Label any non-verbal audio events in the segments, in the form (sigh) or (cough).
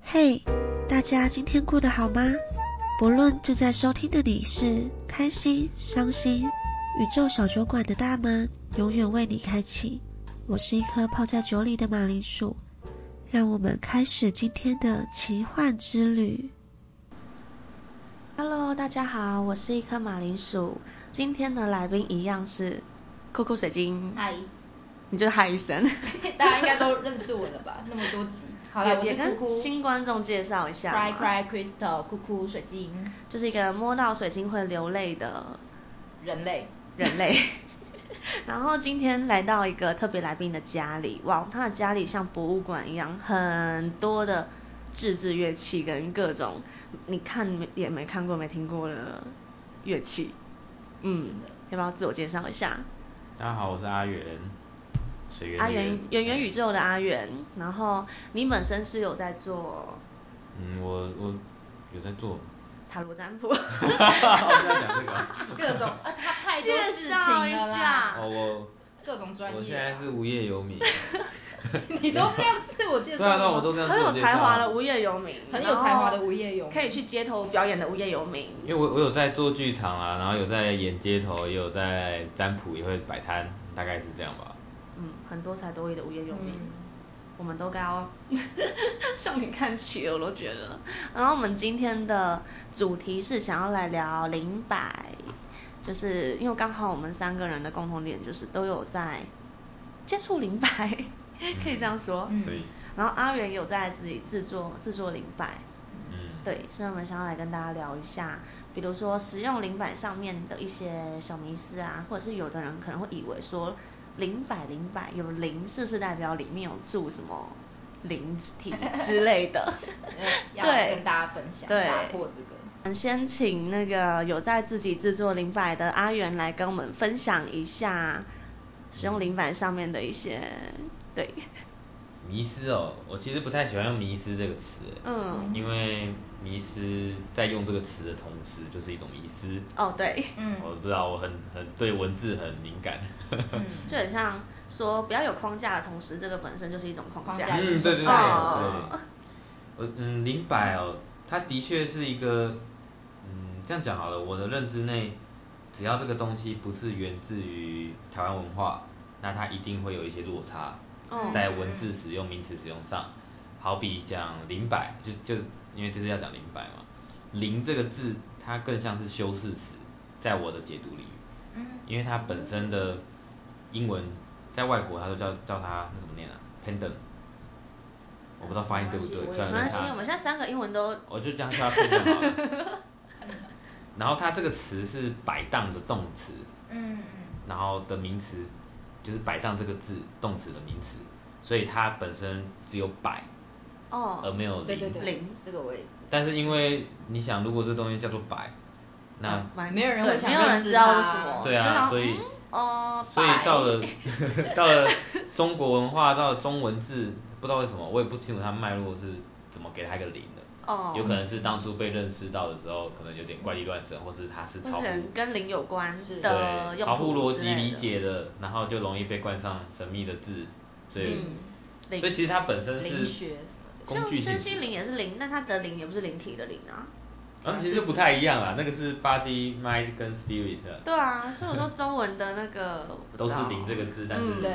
嘿，大家今天过得好吗？不论正在收听的你是开心、伤心，宇宙小酒馆的大门永远为你开启。我是一颗泡在酒里的马铃薯，让我们开始今天的奇幻之旅。 Hello，大家好，我是一颗马铃薯。今天的来宾一样是扣扣水晶，嗨，你就嗨一声。大家应该都认识我了吧？那么多集。好了，也我也是跟酷酷新观众介绍一下嘛 Cry Cry Crystal，酷酷水晶 (laughs) 就是一个摸到水晶会流泪的人 (laughs) 类。人类。 (laughs) 然后今天来到一个特别来宾的家里，哇，他的家里像博物馆一样，很多的自制乐器跟各种你看也没看过、没听过的乐器。是嗯的，要不要自我介绍一下？大家好，我是阿元，水源的阿元，源圆圆宇。宙的阿元。然后你本身是有在做嗯，我我有在做。塔罗占 (laughs) 卜，我不要讲这个。 (laughs) 各种啊，他太多介事情绍一了下啦，哦，我 (laughs) 各种专业啊。我现在是无业游民。 (laughs) 你都这样自我介对绍啊，对啊，吗我都这样很自我有介才绍华的无业游民，很有才华的无业游民可以去街头表演的无业游民。因为我我有在做剧场啊，然后有在演街头，也有在占卜，也会摆摊，大概是这样吧。嗯，很多才多艺的无业游民，嗯我们都该要 (laughs) 向你看齐了，我都觉得。然后我们今天的主题是想要来聊灵摆，就是因为刚好我们三个人的共同点就是都有在接触灵摆， (laughs) 可以这样说。嗯可以。然后阿元有在自己制作制作灵摆，嗯。对，所以我们想要来跟大家聊一下，比如说使用灵摆上面的一些小迷思啊，或者是有的人可能会以为说灵摆灵摆有灵是不是代表里面有住什么灵 (laughs) 体之类的？呃要对跟大家分享对，打破这个。嗯先请那个有在自己制作灵摆的阿元来跟我们分享一下使用灵摆上面的一些对，迷失哦，我其实不太喜欢用迷失这个词，嗯因为迷失在用这个词的同时，就是一种迷失。哦对，嗯我知道我很很对文字很敏感。 (laughs) 嗯就很像说不要有框架的同时，这个本身就是一种框框架。架嗯，对对对、哦对。我嗯，林柏哦，它的确是一个，嗯，这样讲好了，我的认知内，只要这个东西不是源自于台湾文化，那它一定会有一些落差，嗯哦在文字使用、名词使用上。好比讲林柏，就就因为这次要讲林柏嘛，林这个字它更像是修饰词，在我的解读里，嗯因为它本身的英文在外国它都叫叫它那怎么念啊，pendant，我不知道发音对不对，没关系虽然没关系它，嗯我们现在三个英文都我就叫它 pendant 好了。 (laughs) 然后它这个词是摆荡的动词，嗯然后的名词就是摆荡这个字动词的名词，所以它本身只有摆，哦，而没有嗯，对对零。对零，这个我也知道。但是因为你想，如果这东西叫做摆，那嗯蛮没有人对会想没有人认识知道它是什么，对就啊，想所以嗯、哦，所以白到了 (laughs) 到了中国文化，到了中文字，不知道为什么，我也不清楚它脉络是怎么给它一个零的。哦有可能是当初被认识到的时候，可能有点怪力乱神，或是它是超或乎者跟零有关是的对用超乎途逻之辑类理的解的，然后就容易被冠上神秘的字，所以、嗯零所以其实它本身是灵学什么的工像具性身质心灵也是零，但它的零也不是灵体的零啊。然后其实不太一样啦，那个是 body、mind 跟 spirit。对啊，所以 (laughs) 我说中文的那个我不都是知道零这个字但是嗯对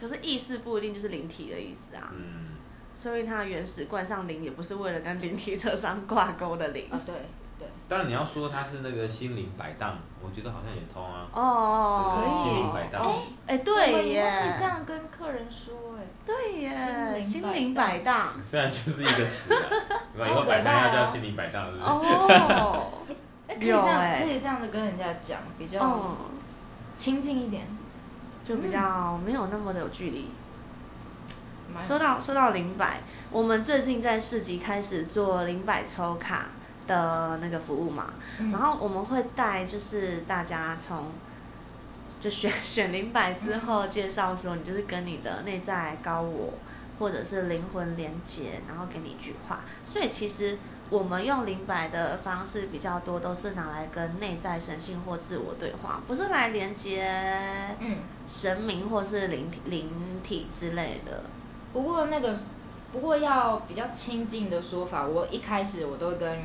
可是意思不一定就是灵体的意思啊。嗯，所以它原始冠上零也不是为了跟灵体扯上挂钩的零。啊，对对，当然你要说它是那个心灵摆荡，我觉得好像也通啊。哦，可以心灵摆荡。哎哎，我对以耶后，会这样跟客人说哎。对耶，心心灵灵摆摆荡。虽然就是一个词啊，对吧以后哦摆荡要北大叫啊，心灵摆荡，是不是？哦哎，可以这有样，哎，可以这样子跟人家讲， (laughs) 比较哦，亲近一点。就比较没有那么的有距离。蛮说到说到零百，我们最近在市集开始做零百抽卡的那个服务嘛，嗯然后我们会带就是大家从就选 (laughs) 选零百之后介绍说你就是跟你的内在高我或者是灵魂连接，然后给你一句话。所以其实我们用零百的方式比较多，都是拿来跟内在神性或自我对话，不是来连接嗯神明或是灵体灵体之类的。不过那个不过要比较亲近的说法，我一开始我都会跟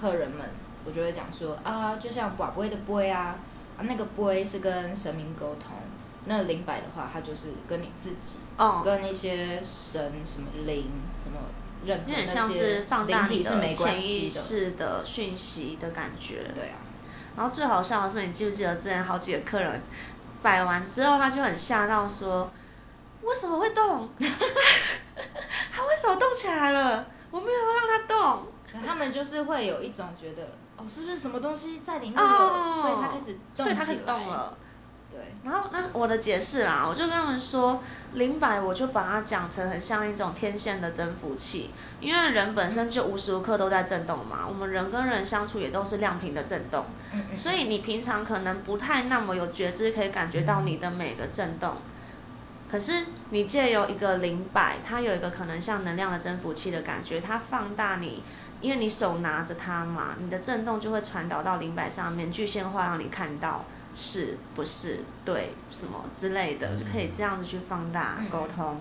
客人们，我就会讲说啊，就像寡龟的龟啊，啊那个龟是跟神明沟通，那灵摆的话，它就是跟你自己，哦跟一些神什么灵什么任何有点那像些是放灵大体你是没的关潜系意识的，的讯息的感觉。对啊。然后最好笑的是，你记不记得之前好几个客人摆完之后，他就很吓到说：“为什么会动？ (laughs) 他为什么动起来了？我没有让他动。”可他们就是会有一种觉得，哦，是不是什么东西在里面了，哦，所以他开始动，所以他开始动了。对，然后那我的解释啦，我就跟他们说，灵摆我就把它讲成很像一种天线的增幅器，因为人本身就无时无刻都在震动嘛，我们人跟人相处也都是量频的震动，嗯嗯嗯所以你平常可能不太那么有觉知，可以感觉到你的每个震动。可是你借由一个灵摆，它有一个可能像能量的增幅器的感觉，它放大你，因为你手拿着它嘛，你的震动就会传导到灵摆上面，具现化让你看到是不是对什么之类的，嗯就可以这样子去放大嗯沟通。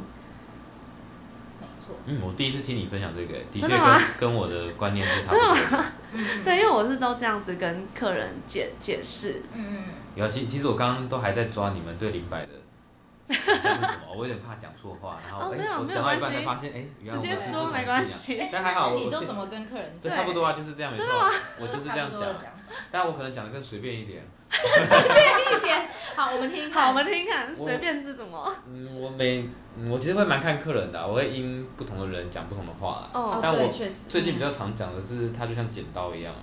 没错。 (laughs) 嗯，我第一次听你分享这个，的确真的吗跟跟我的观念 (laughs) 是差不真多的的。吗？嗯嗯 (laughs) 对，因为我是都这样子跟客人解解释。嗯有，其其实我刚刚都还在抓你们对林百的想象是什么，我有点怕讲错话，然后哦哎、没有我没有讲到一关半才系发现，哎、原来直我接们是说不没同关信系 (laughs) 仰哎但还好那我你我都是怎么跟客人对，讲差不多啊，就是这样没错真的吗，我就 (laughs) 是差这样不多讲的讲，但我可能讲的更随便一点。嗯，一点，好，我们听听看，好，我们听听看，我随便是怎么。嗯，我每嗯我其实会蛮看客人的啊、我会因不同的人讲不同的话啦。哦但哦对我确实最近比较嗯常讲的是，它就像剪刀一样，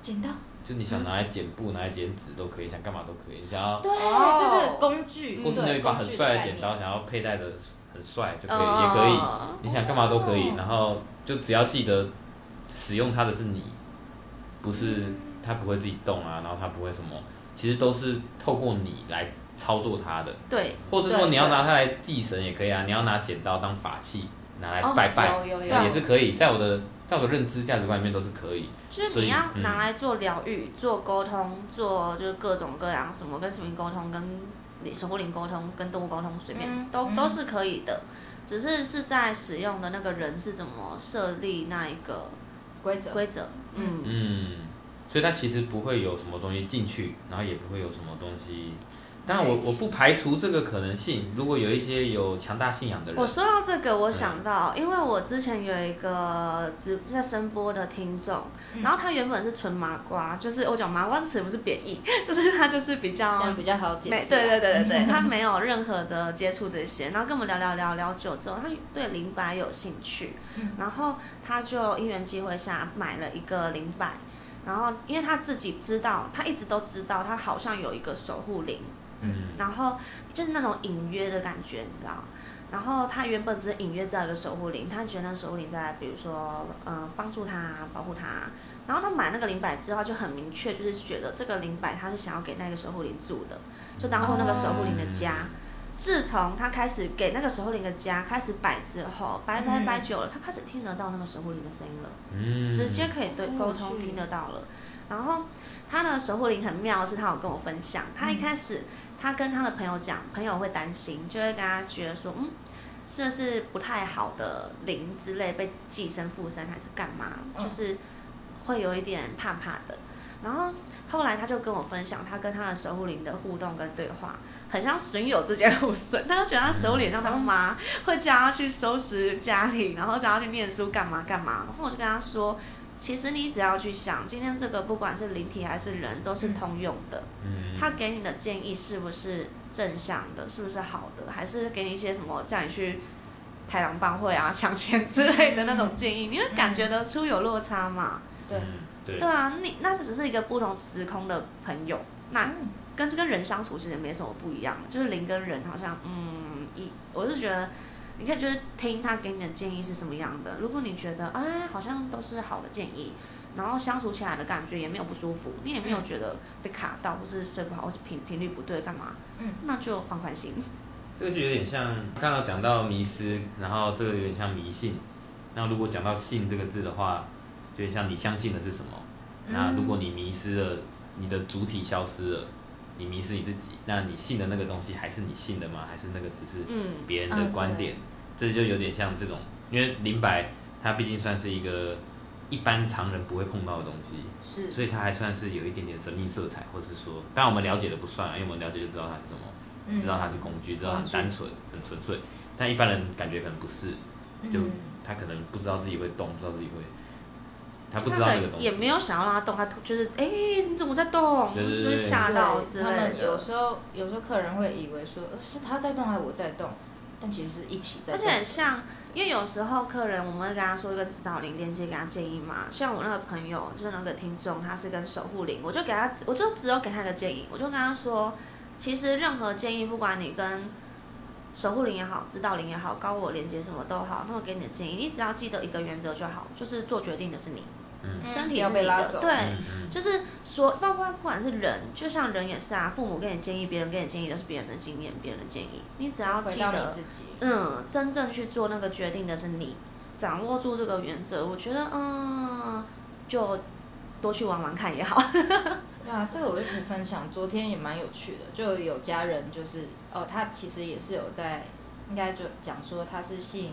剪刀，就你想拿来剪布、拿来剪纸都可以，想干嘛都可以。你想要，对对哦对，工具，或是你有对一把工很具帅的概剪念刀，想要佩戴的很帅就可以，哦也可以。你想干嘛都可以哦，然后就只要记得使用它的是你，不是嗯它不会自己动啊，然后它不会什么，其实都是透过你来操作它的。对或者说对你要对拿它来祭神也可以啊，你要拿剪刀当法器拿来哦拜拜，有有对有也是可以。在我的在我的认知价值观里面都是可以。就是所以你要拿来嗯做疗愈、做沟通、做就是各种各样什么跟神明沟通、跟你守护灵沟通、跟动物沟通，随便、嗯都嗯都是可以的。只是是在使用的那个人是怎么设立那一个规则规则，嗯嗯，所以它其实不会有什么东西进去，然后也不会有什么东西。当然我，我不排除这个可能性。如果有一些有强大信仰的人，我说到这个，我想嗯到，因为我之前有一个直在声波的听众，嗯然后他原本是纯麻瓜，就是我讲麻瓜这词不是贬义， (laughs) 就是他就是比较这样比较好解没释啊对对啦对对对， (laughs) 他没有任何的接触这些，然后跟我们聊聊聊聊久之后，他对灵摆有兴趣，嗯然后他就因缘机会下买了一个灵摆，然后因为他自己知道，他一直都知道他好像有一个守护灵，嗯然后就是那种隐约的感觉，你知道。然后他原本只是隐约知道一个守护灵，他觉得那守护灵在，比如说，呃，帮助他、保护他。然后他买那个灵摆之后，他就很明确，就是觉得这个灵摆他是想要给那个守护灵住的，就当做那个守护灵的家。哦自从他开始给那个守护灵的家开始摆之后，摆摆摆嗯久了，他开始听得到那个守护灵的声音了。嗯直接可以对好沟有通趣听得到了。然后他的守护灵很妙，是他有跟我分享，他一开始他跟他的朋友讲，朋友会担心，就会跟他觉得说，嗯，这是不太好的灵之类被寄生附身还是干嘛，就嗯是会有一点怕怕的。然后后来他就跟我分享，他跟他的守护灵的互动跟对话，很像损友之间互损。他就觉得他守护灵像他妈，会叫他去收拾家里，然后叫他去念书干嘛干嘛。然后我就跟他说，其实你只要去想，今天这个不管是灵体还是人，都是通用的。嗯他给你的建议是不是正向的，是不是好的，还是给你一些什么叫你去豺狼帮会啊、抢钱之类的那种建议，你会感觉得啊出有落差嘛？对嗯对对啊，你那只是一个不同时空的朋友，那嗯跟这个人相处其实没什么不一样，就是灵跟人好像，嗯，一我是觉得，你可以就是听他给你的建议是什么样的，如果你觉得啊好像都是好的建议，然后相处起来的感觉也没有不舒服，你也没有嗯觉得被卡到或是睡不好或是频频率不对干嘛，嗯那就放宽心。这个就有点像刚刚有讲到迷失，然后这个有点像迷信。那如果讲到信这个字的话，就有点像你相信的是什么。那如嗯果你迷失了，你的主体消失了，你迷失你自己，那你信的那个东西还是你信的吗？还是那个只是嗯别人啊的观对点？这就有点像这种因为灵摆它毕竟算是一个一般常人不会碰到的东西，是所以它还算是有一点点神秘色彩，或是说，当然我们了解的不算啊，因为我们了解就知道它是什么，嗯知道它是工具，知道它很工具单纯、很纯粹，但一般人感觉可能不是，就嗯他可能不知道自己会动，不知道自己会，他不就知道可这个能东西，也没有想要让他动，他突就是哎、你怎么在动？对对就对是吓到之对类他的。们有时候有时候客人会以为说，呃，是他在动还是我在动？但其实是一起在而动且的。很像，因为有时候客人我们会跟他说一个指导灵链接，给他建议嘛。像我那个朋友，就是那个听众，他是跟守护灵，我就给他，我就只有给他一个建议，我就跟他说，其实任何建议，不管你跟守护灵也好，指导灵也好，高我连接什么都好，他们给你的建议，你只要记得一个原则就好，就是做决定的是你。嗯身不体要是被你拉的，走对，嗯嗯就是说，包括不管是人，就像人也是啊，父母给你建议，别人给你建议都是别人的经验，别人的建议，你只要回记到得你自己嗯，真正去做那个决定的是你，掌握住这个原则，我觉得嗯，就多去玩玩看也好。 (laughs) 对啊，这个我就可以分享。昨天也蛮有趣的，就有家人就是哦，他其实也是有在，应该就讲说他是信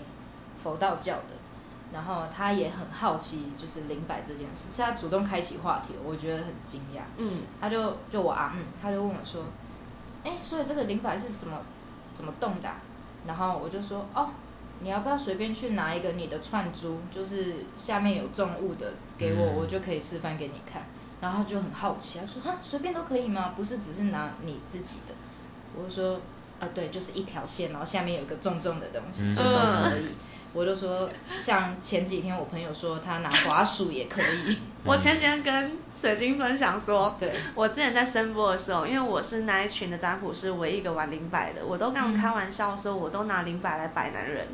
佛道教的，然后他也很好奇就是灵摆这件事，是他主动开启话题，我觉得很惊讶。嗯他就就我啊，嗯，他就问我说，哎，所以这个灵摆是怎么怎么动的啊、然后我就说哦。你要不要随便去拿一个你的串珠，就是下面有重物的给我，嗯我就可以示范给你看。然后他就很好奇，他说：“哈，随便都可以吗？不是只是拿你自己的？”我就说：“啊，对，就是一条线，然后下面有一个重重的东西，嗯就都可以。”我就说，像前几天我朋友说他拿滑鼠也可以，我前几天跟水晶分享说，对我之前在声波的时候，因为我是那一群的占卜师唯一一个玩灵摆的，我都跟他们开玩笑说，我都拿灵摆来摆男人，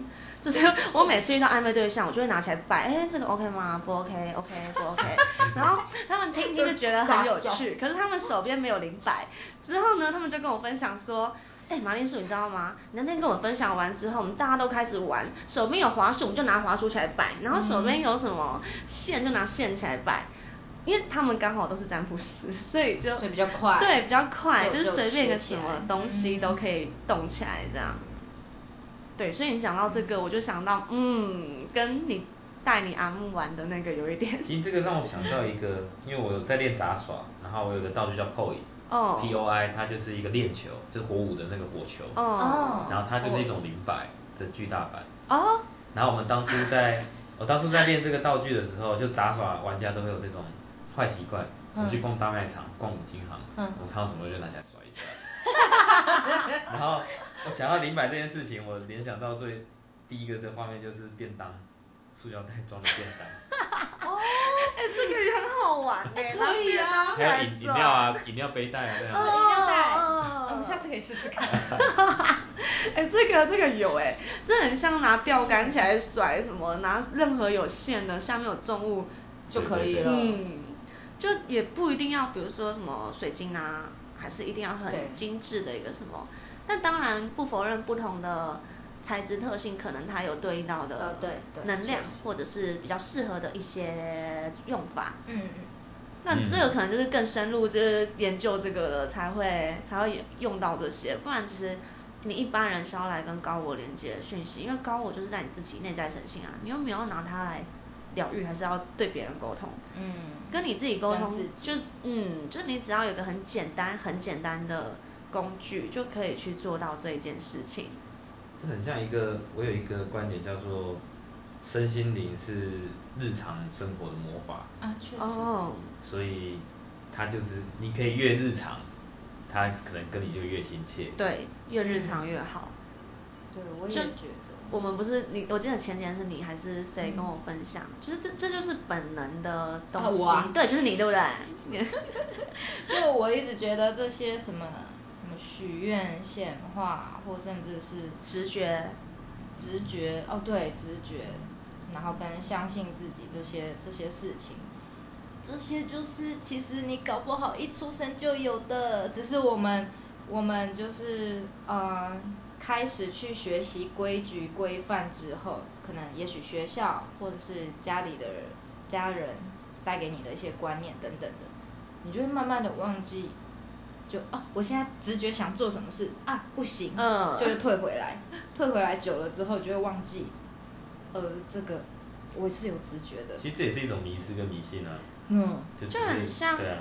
就是我每次遇到暧昧对象，我就会拿起来摆，哎、这个 OK 吗？不 OK，OK、不 OK，然后他们听一听就觉得很有趣，可是他们手边没有灵摆，之后呢，他们就跟我分享说。哎、马铃薯，你知道吗？你那天跟我分享完之后，我们大家都开始玩，手边有滑鼠，我们就拿滑鼠起来摆，然后手边有什么线就拿线起来摆，因为他们刚好都是占卜师， (laughs) 所以就所以比较快对，比较快，就就是就随便一个学起什来么东西嗯都可以动起来这样。对，所以你讲到这个，我就想到，嗯，跟你带你阿木玩的那个有一点，其实这个让我想到一个，因为我有在练杂耍，然后我有个道具叫 poi，哦，P O I，它就是一个练球，就是火舞的那个火球， (laughs) 哦然后它就是一种灵摆的巨大版。哦，然后我们当初在，我当初在练这个道具的时候，就杂耍玩家都会有这种坏习惯，我去逛大卖场、逛五金行，嗯我看到什么就拿起来甩一下。然后我讲到零摆这件事情，我联想到最第一个的画面就是便当，塑胶袋装的便当，哎、这个也很好玩哎、可以啊还有饮饮料啊、饮料杯袋啊这样一子。定要带。哦啊我们下次可以试试看。 (laughs) 哎、这个这个有哎、这很像拿钓竿起来甩什么，拿任何有线的下面有重物就可以对了。嗯，就也不一定要，比如说什么水晶啊，还是一定要对很精致的一个什么。但当然不否认不同的材质特性，可能它有对应到呃的对对能量确实，或者是比较适合的一些用法。嗯嗯，那嗯这个可能就是更深入，就是研究这个了，才会才会用到这些，不然其实你一般人是要来跟高我连接的讯息，因为高我就是在你自己内在神性啊，你又没有拿它来疗愈，还是要对别人沟通，嗯跟你自己沟跟通自己就嗯，就你只要有一个很简单很简单的工具，就可以去做到这一件事情，这很像一个，我有一个观点叫做，身心灵是日常生活的魔法，啊，确实。哦，所以它就是你可以越日常，它可能跟你就越亲切。对，越日常越好。对，我也就觉得。 (laughs) 我们不是你，我记得前年是你还是谁跟我分享，就是这这就是本能的嗯啊东西，我啊对，就是你对不对？ (laughs) 就我一直觉得这些什么什么许愿、显化，或甚至是直觉直觉哦，对，直觉，然后跟相信自己这些这些事情，这些就是其实你搞不好一出生就有的，只是我们我们就是呃开始去学习规矩规范之后，可能也许学校或者是家里的家人带给你的一些观念等等的，你就会慢慢的忘记。就哦，我现在直觉想做什么事啊，不行，嗯 (laughs) 就会退回来，退回来久了之后就会忘记，呃，这个我是有直觉的。其实这也是一种迷失跟迷信啊。嗯就就只是很像对啊，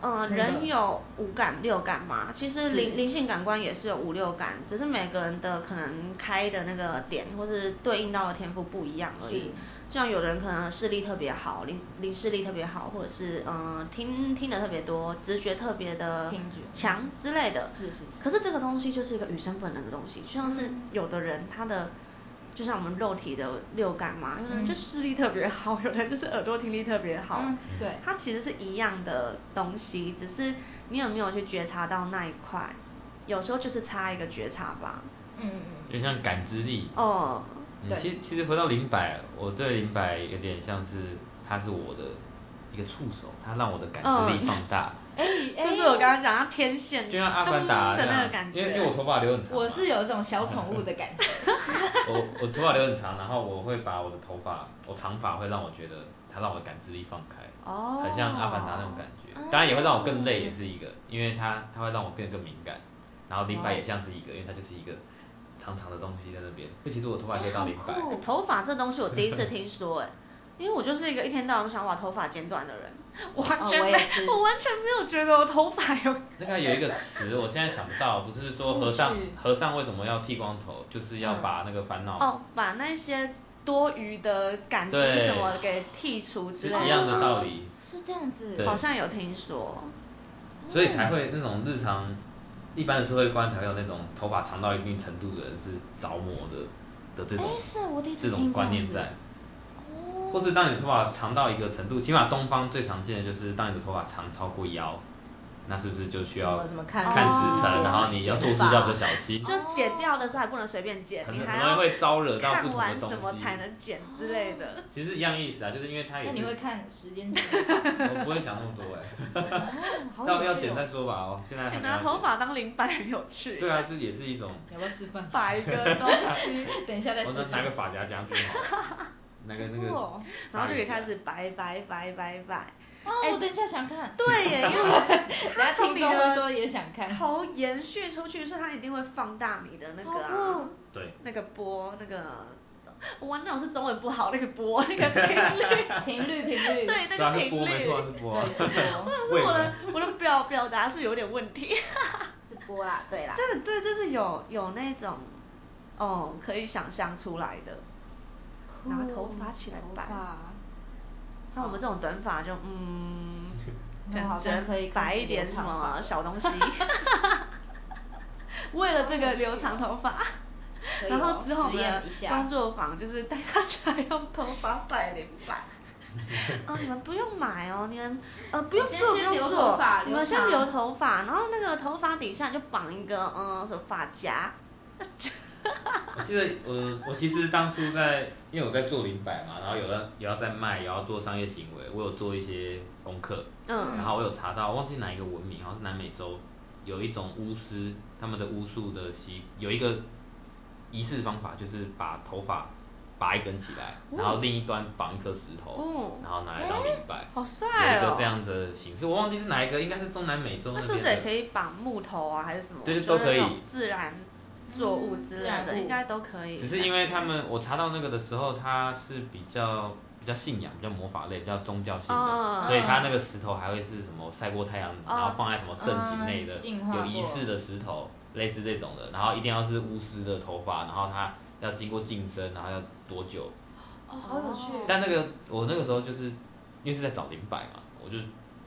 呃，真的人有五感六感嘛，其实是灵灵性感官也是有五六感，只是每个人的可能开的那个点或是对应到的天赋不一样而是已。就像有人可能视力特别好，灵灵视力特别好，或者是嗯、呃听听的特别多，直觉特别的听觉强之类的。是是是可是这个东西就是一个与生本能的东西，就像是嗯有的人他的。就像我们肉体的六感嘛，有的人嗯就视力特别好，有的人就是耳朵听力特别好，嗯对它其实是一样的东西，只是你有没有去觉察到那一块，有时候就是差一个觉察吧。嗯嗯有嗯，点像感知力。哦，嗯，对其实其实回到零百，我对零百有点像是它是我的一个触手，它让我的感知力嗯放大。哎、哎就是我刚刚讲到天线，就像阿凡达噔这的那样个感觉。因为因为我头发留很长嗯嘛，我是有一种小宠物的感觉。 (laughs) 我我头发留很长，然后我会把我的头发，我长发会让我觉得它让我的感知力放开，哦很像阿凡达那种感觉。当然也会让我更累，也是一个，因为它它会让我变得更敏感。然后零百也像是一个，因为它就是一个长长的东西在那边。不，其实我头发可以到零百。哦头发这东西我第一次听说、哎，因为我就是一个一天到晚想把头发剪短的人，我完全哦我没，也是我完全没有觉得我头发有那个有一个词，我现在想不到，不是说和尚误区和尚为什么要剃光头，就是要嗯把那个烦恼哦，把那些多余的感情对什么给剔除之是类的，哦一样的道理。 (laughs) 是这样子。对好像有听说。所以才会那种日常一般的社会观才会有那种头发长到一定程度的人是着魔的的这种诶是我第一次这种听观这念样子在，哦或是当你头发长到一个程度，起码东方最常见的就是当你的头发长超过腰，那是不是就需怎要么怎么看看时哦辰，然后你要做事要比较小心，就剪掉的时候还不能随便剪，很你很还容要易会招惹到不看同的完什么东西才能剪之类 (laughs) 的。其实一样意思啊，就是因为它也那是你会看时间 (laughs) 轴？ (laughs) 我不会想那么多哎、 (laughs) 好有到要趣剪哦再说吧哦，现在还你没拿有头剪发当零摆很有趣。对啊，这也是一种，要不要示范？摆个东 (laughs) 西，等一下再我示拿范拿 (laughs) 个。发夹夹住好 (laughs) 了，拿个那个哦，然后就可以鲨鱼夹开 (laughs) 始摆摆摆摆摆。啊，我等一下想看。对耶，因为 (laughs) 等它下从听你众会说的也想看。 (laughs) 头延续出去，所以它一定会放大你的那个好啊酷，对，那个波，那个我玩那种是中文不好，那个波，那个频率，频率频率。对，那对啊个是频播没错啊率。是播啊， (laughs) 对是播或者 (laughs) 是我的我的表表达是不是有点问题。是播啦，对啦。真的对，就是有有那种，哦，可以想象出来的。酷拿头发起来摆头发像我们这种短发就嗯，哦 (laughs) 我感好觉像可以开摆始一点留什长发么了小东 (laughs) 西， (laughs) 为了这个留长头发可。以然后哦之后我们实的验一下工作坊就是带大家用头 (laughs) 发摆脸摆。哦，你们不用买哦，你们呃不用首先做不先用留头做发，你留们先长留头发，然后那个头发底下你就绑一个嗯什么发 (laughs) 夹， (laughs) (laughs) 我记得我我其实当初在，因为我在做零百嘛，然后有要也要在卖，也要做商业行为，我有做一些功课，嗯然后我有查到，忘记哪一个文明，好像是南美洲有一种巫师，他们的巫术的习有一个仪式方法，就是把头发拔一根起来，然后另一端绑一颗石头，哦然后拿来当零摆，好帅哦有一个这样的形式，我忘记是哪一个，应该是中南美洲那边是的不是也可以绑木头啊，还是什么？对就就都可以是那种自然作物之类嗯自的，然物应该都可以。只是因为他们，我查到那个的时候，他是比较比较信仰、比较魔法类、比较宗教哦性的，嗯所以他那个石头还会是什么晒过太阳，然后放在什么阵型内的、嗯净哦化有过仪式的石头，类似这种的，然后一定要是巫师的头发，然后他要经过竞争，然后要多久？哦，好有趣。但那个我那个时候就是因为是在找灵摆嘛，我就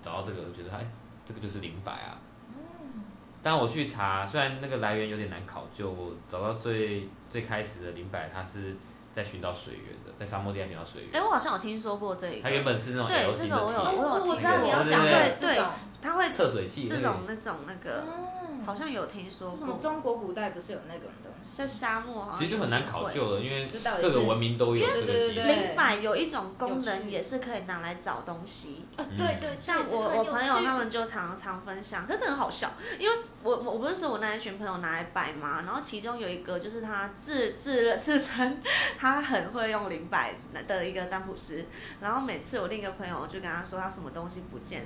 找到这个，我觉得哎，这个就是灵摆啊，嗯但我去查，虽然那个来源有点难考究，我找到最最开始的灵摆，它是在寻找水源的，在沙漠地带寻找水哎、源。我好像有听说过这个。它原本是那种对 L 这型的个我有体我有哦听我知道过你要讲对这对种它会测水器这那个种那种那个，嗯好像有听说过。什么中国古代不是有那种东西？在沙漠好像其实就很难考究了，因为这到底各个是文明都有这个习对俗。灵摆有一种功有能趣也是可以拿来找东 (laughs) 西。哦嗯对对，像这我个很我有朋友趣他们就常常分享，可是很好笑，因为我我我不是说我那一群朋友拿来摆嘛，然后其中有一个就是他自自自称他很会用灵摆的一个占卜师，然后每次我另一个朋友就跟他说他什么东西不见。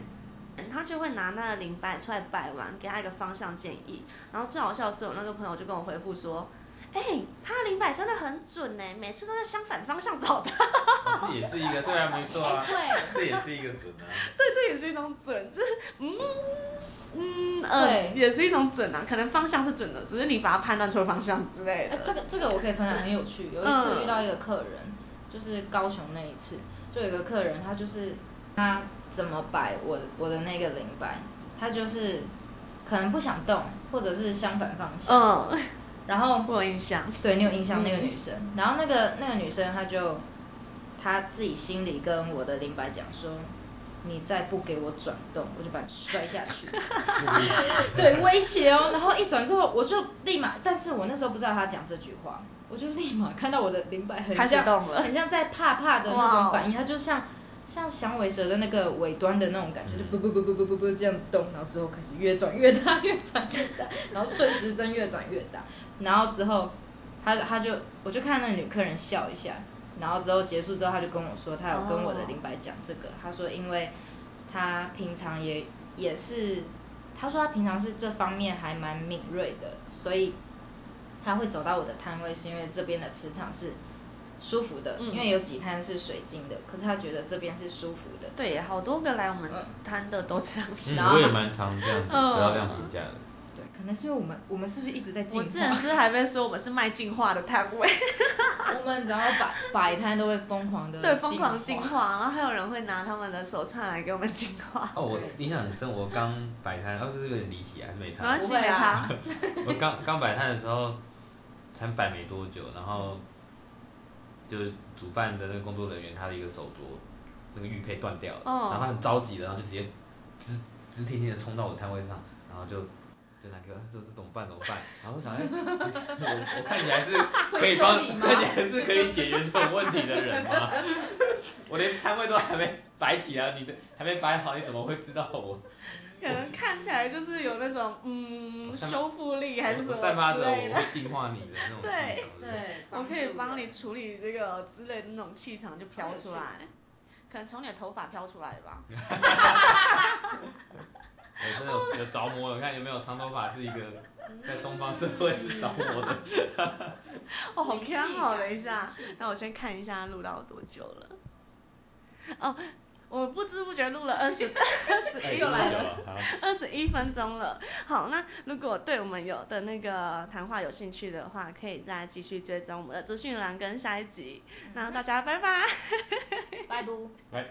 他就会拿那个灵摆出来摆完，给他一个方向建议。然后最好笑的是，我那个朋友就跟我回复说：“哎、他的灵摆真的很准呢、每次都在相反方向找的。 (laughs) 这也是一个，对啊，没错啊哎，这对也是一个准啊。对，这也是一种准，就是嗯嗯对呃，也是一种准啊，可能方向是准的，只是你把它判断错方向之类的。哎嗯这个这个我可以分享，很有趣。有一次遇到一个客人，就是高雄那一次，就有一个客人，他就是他怎么摆我我的那个零摆，他就是可能不想动，或者是相反方向。嗯然 (laughs) 后我有印象嗯对你有印象那个女生，然后那个那个女生她就她自己心里跟我的灵摆讲说。你再不给我转动，我就把你摔下去。对，威胁哦。然后一转之后，我就立马，但是我那时候不知道她讲这句话，我就立马看到我的灵摆很开始像动了很像在怕怕的那哇种哦反应，它就像像响尾蛇的那个尾端的那种感嗯觉，就不不不不不不不这样子动，然后之后开始越转越大，越转越 (laughs) 大，然后顺时针越转越大，然后之后他他就我就看那个女客人笑一下，然后之后结束之后他就跟我说，他有跟我的灵摆讲这个，他说因为他平常也也是，他说他平常是这方面还蛮敏锐的，所以他会走到我的摊位，是因为这边的磁场是舒服的，嗯因为有几摊是水晶的，可是他觉得这边是舒服的。对耶，好多个来我们嗯摊的都这样嗯想。然后我也蛮常这样嗯子得到这样评价的。对，可能是因为我们我们是不是一直在进我化？之前是还被说我们是卖进化的摊 (laughs) 位， (laughs) 我们只要摆摆摊都会疯狂的对，疯狂进化，然后还有人会拿他们的手串来给我们进 (laughs) 化。哦，我对印象很深，我刚摆摊，哦，这是有点离题啊，还是没没差。关系，不会没啊差。(laughs) (laughs) 我刚刚摆摊的时候，才摆没多久，然后就是主办的那个工作人员他的一个手镯，那个玉佩断掉了，哦然后他很着急的，然后就直接直直挺挺的冲到我的摊位上，然后就。就拿给我，他说这怎么办怎么办？然后我想， (laughs) 哎、我我看起来是可以帮，会修理吗看起来是可以解决这种问题的人吗？我连摊位都还没摆起来，你的还没摆好，你怎么会知道 (laughs) 我？可能看起来就是有那种嗯我散修复力还是什我散发么之着类我的会。净化你的那种气对场。对， (laughs) 我可以帮你助处理这个之类的那种气场就飘出来，可能从你的头发飘出来吧。我哎真的有有着魔，我看有没有长头发是一个在东方社会是着魔的。 (laughs) 哦，好灵气刚好感了一下灵气感，那我先看一下录到多久了。哦，我不知不觉录了二十 (laughs) 二十哎一又来分了好二十一分钟了。好，那如果对我们有的那个谈话有兴趣的话，可以再继续追踪我们的资讯栏跟下一集。那大家拜拜。拜拜。来。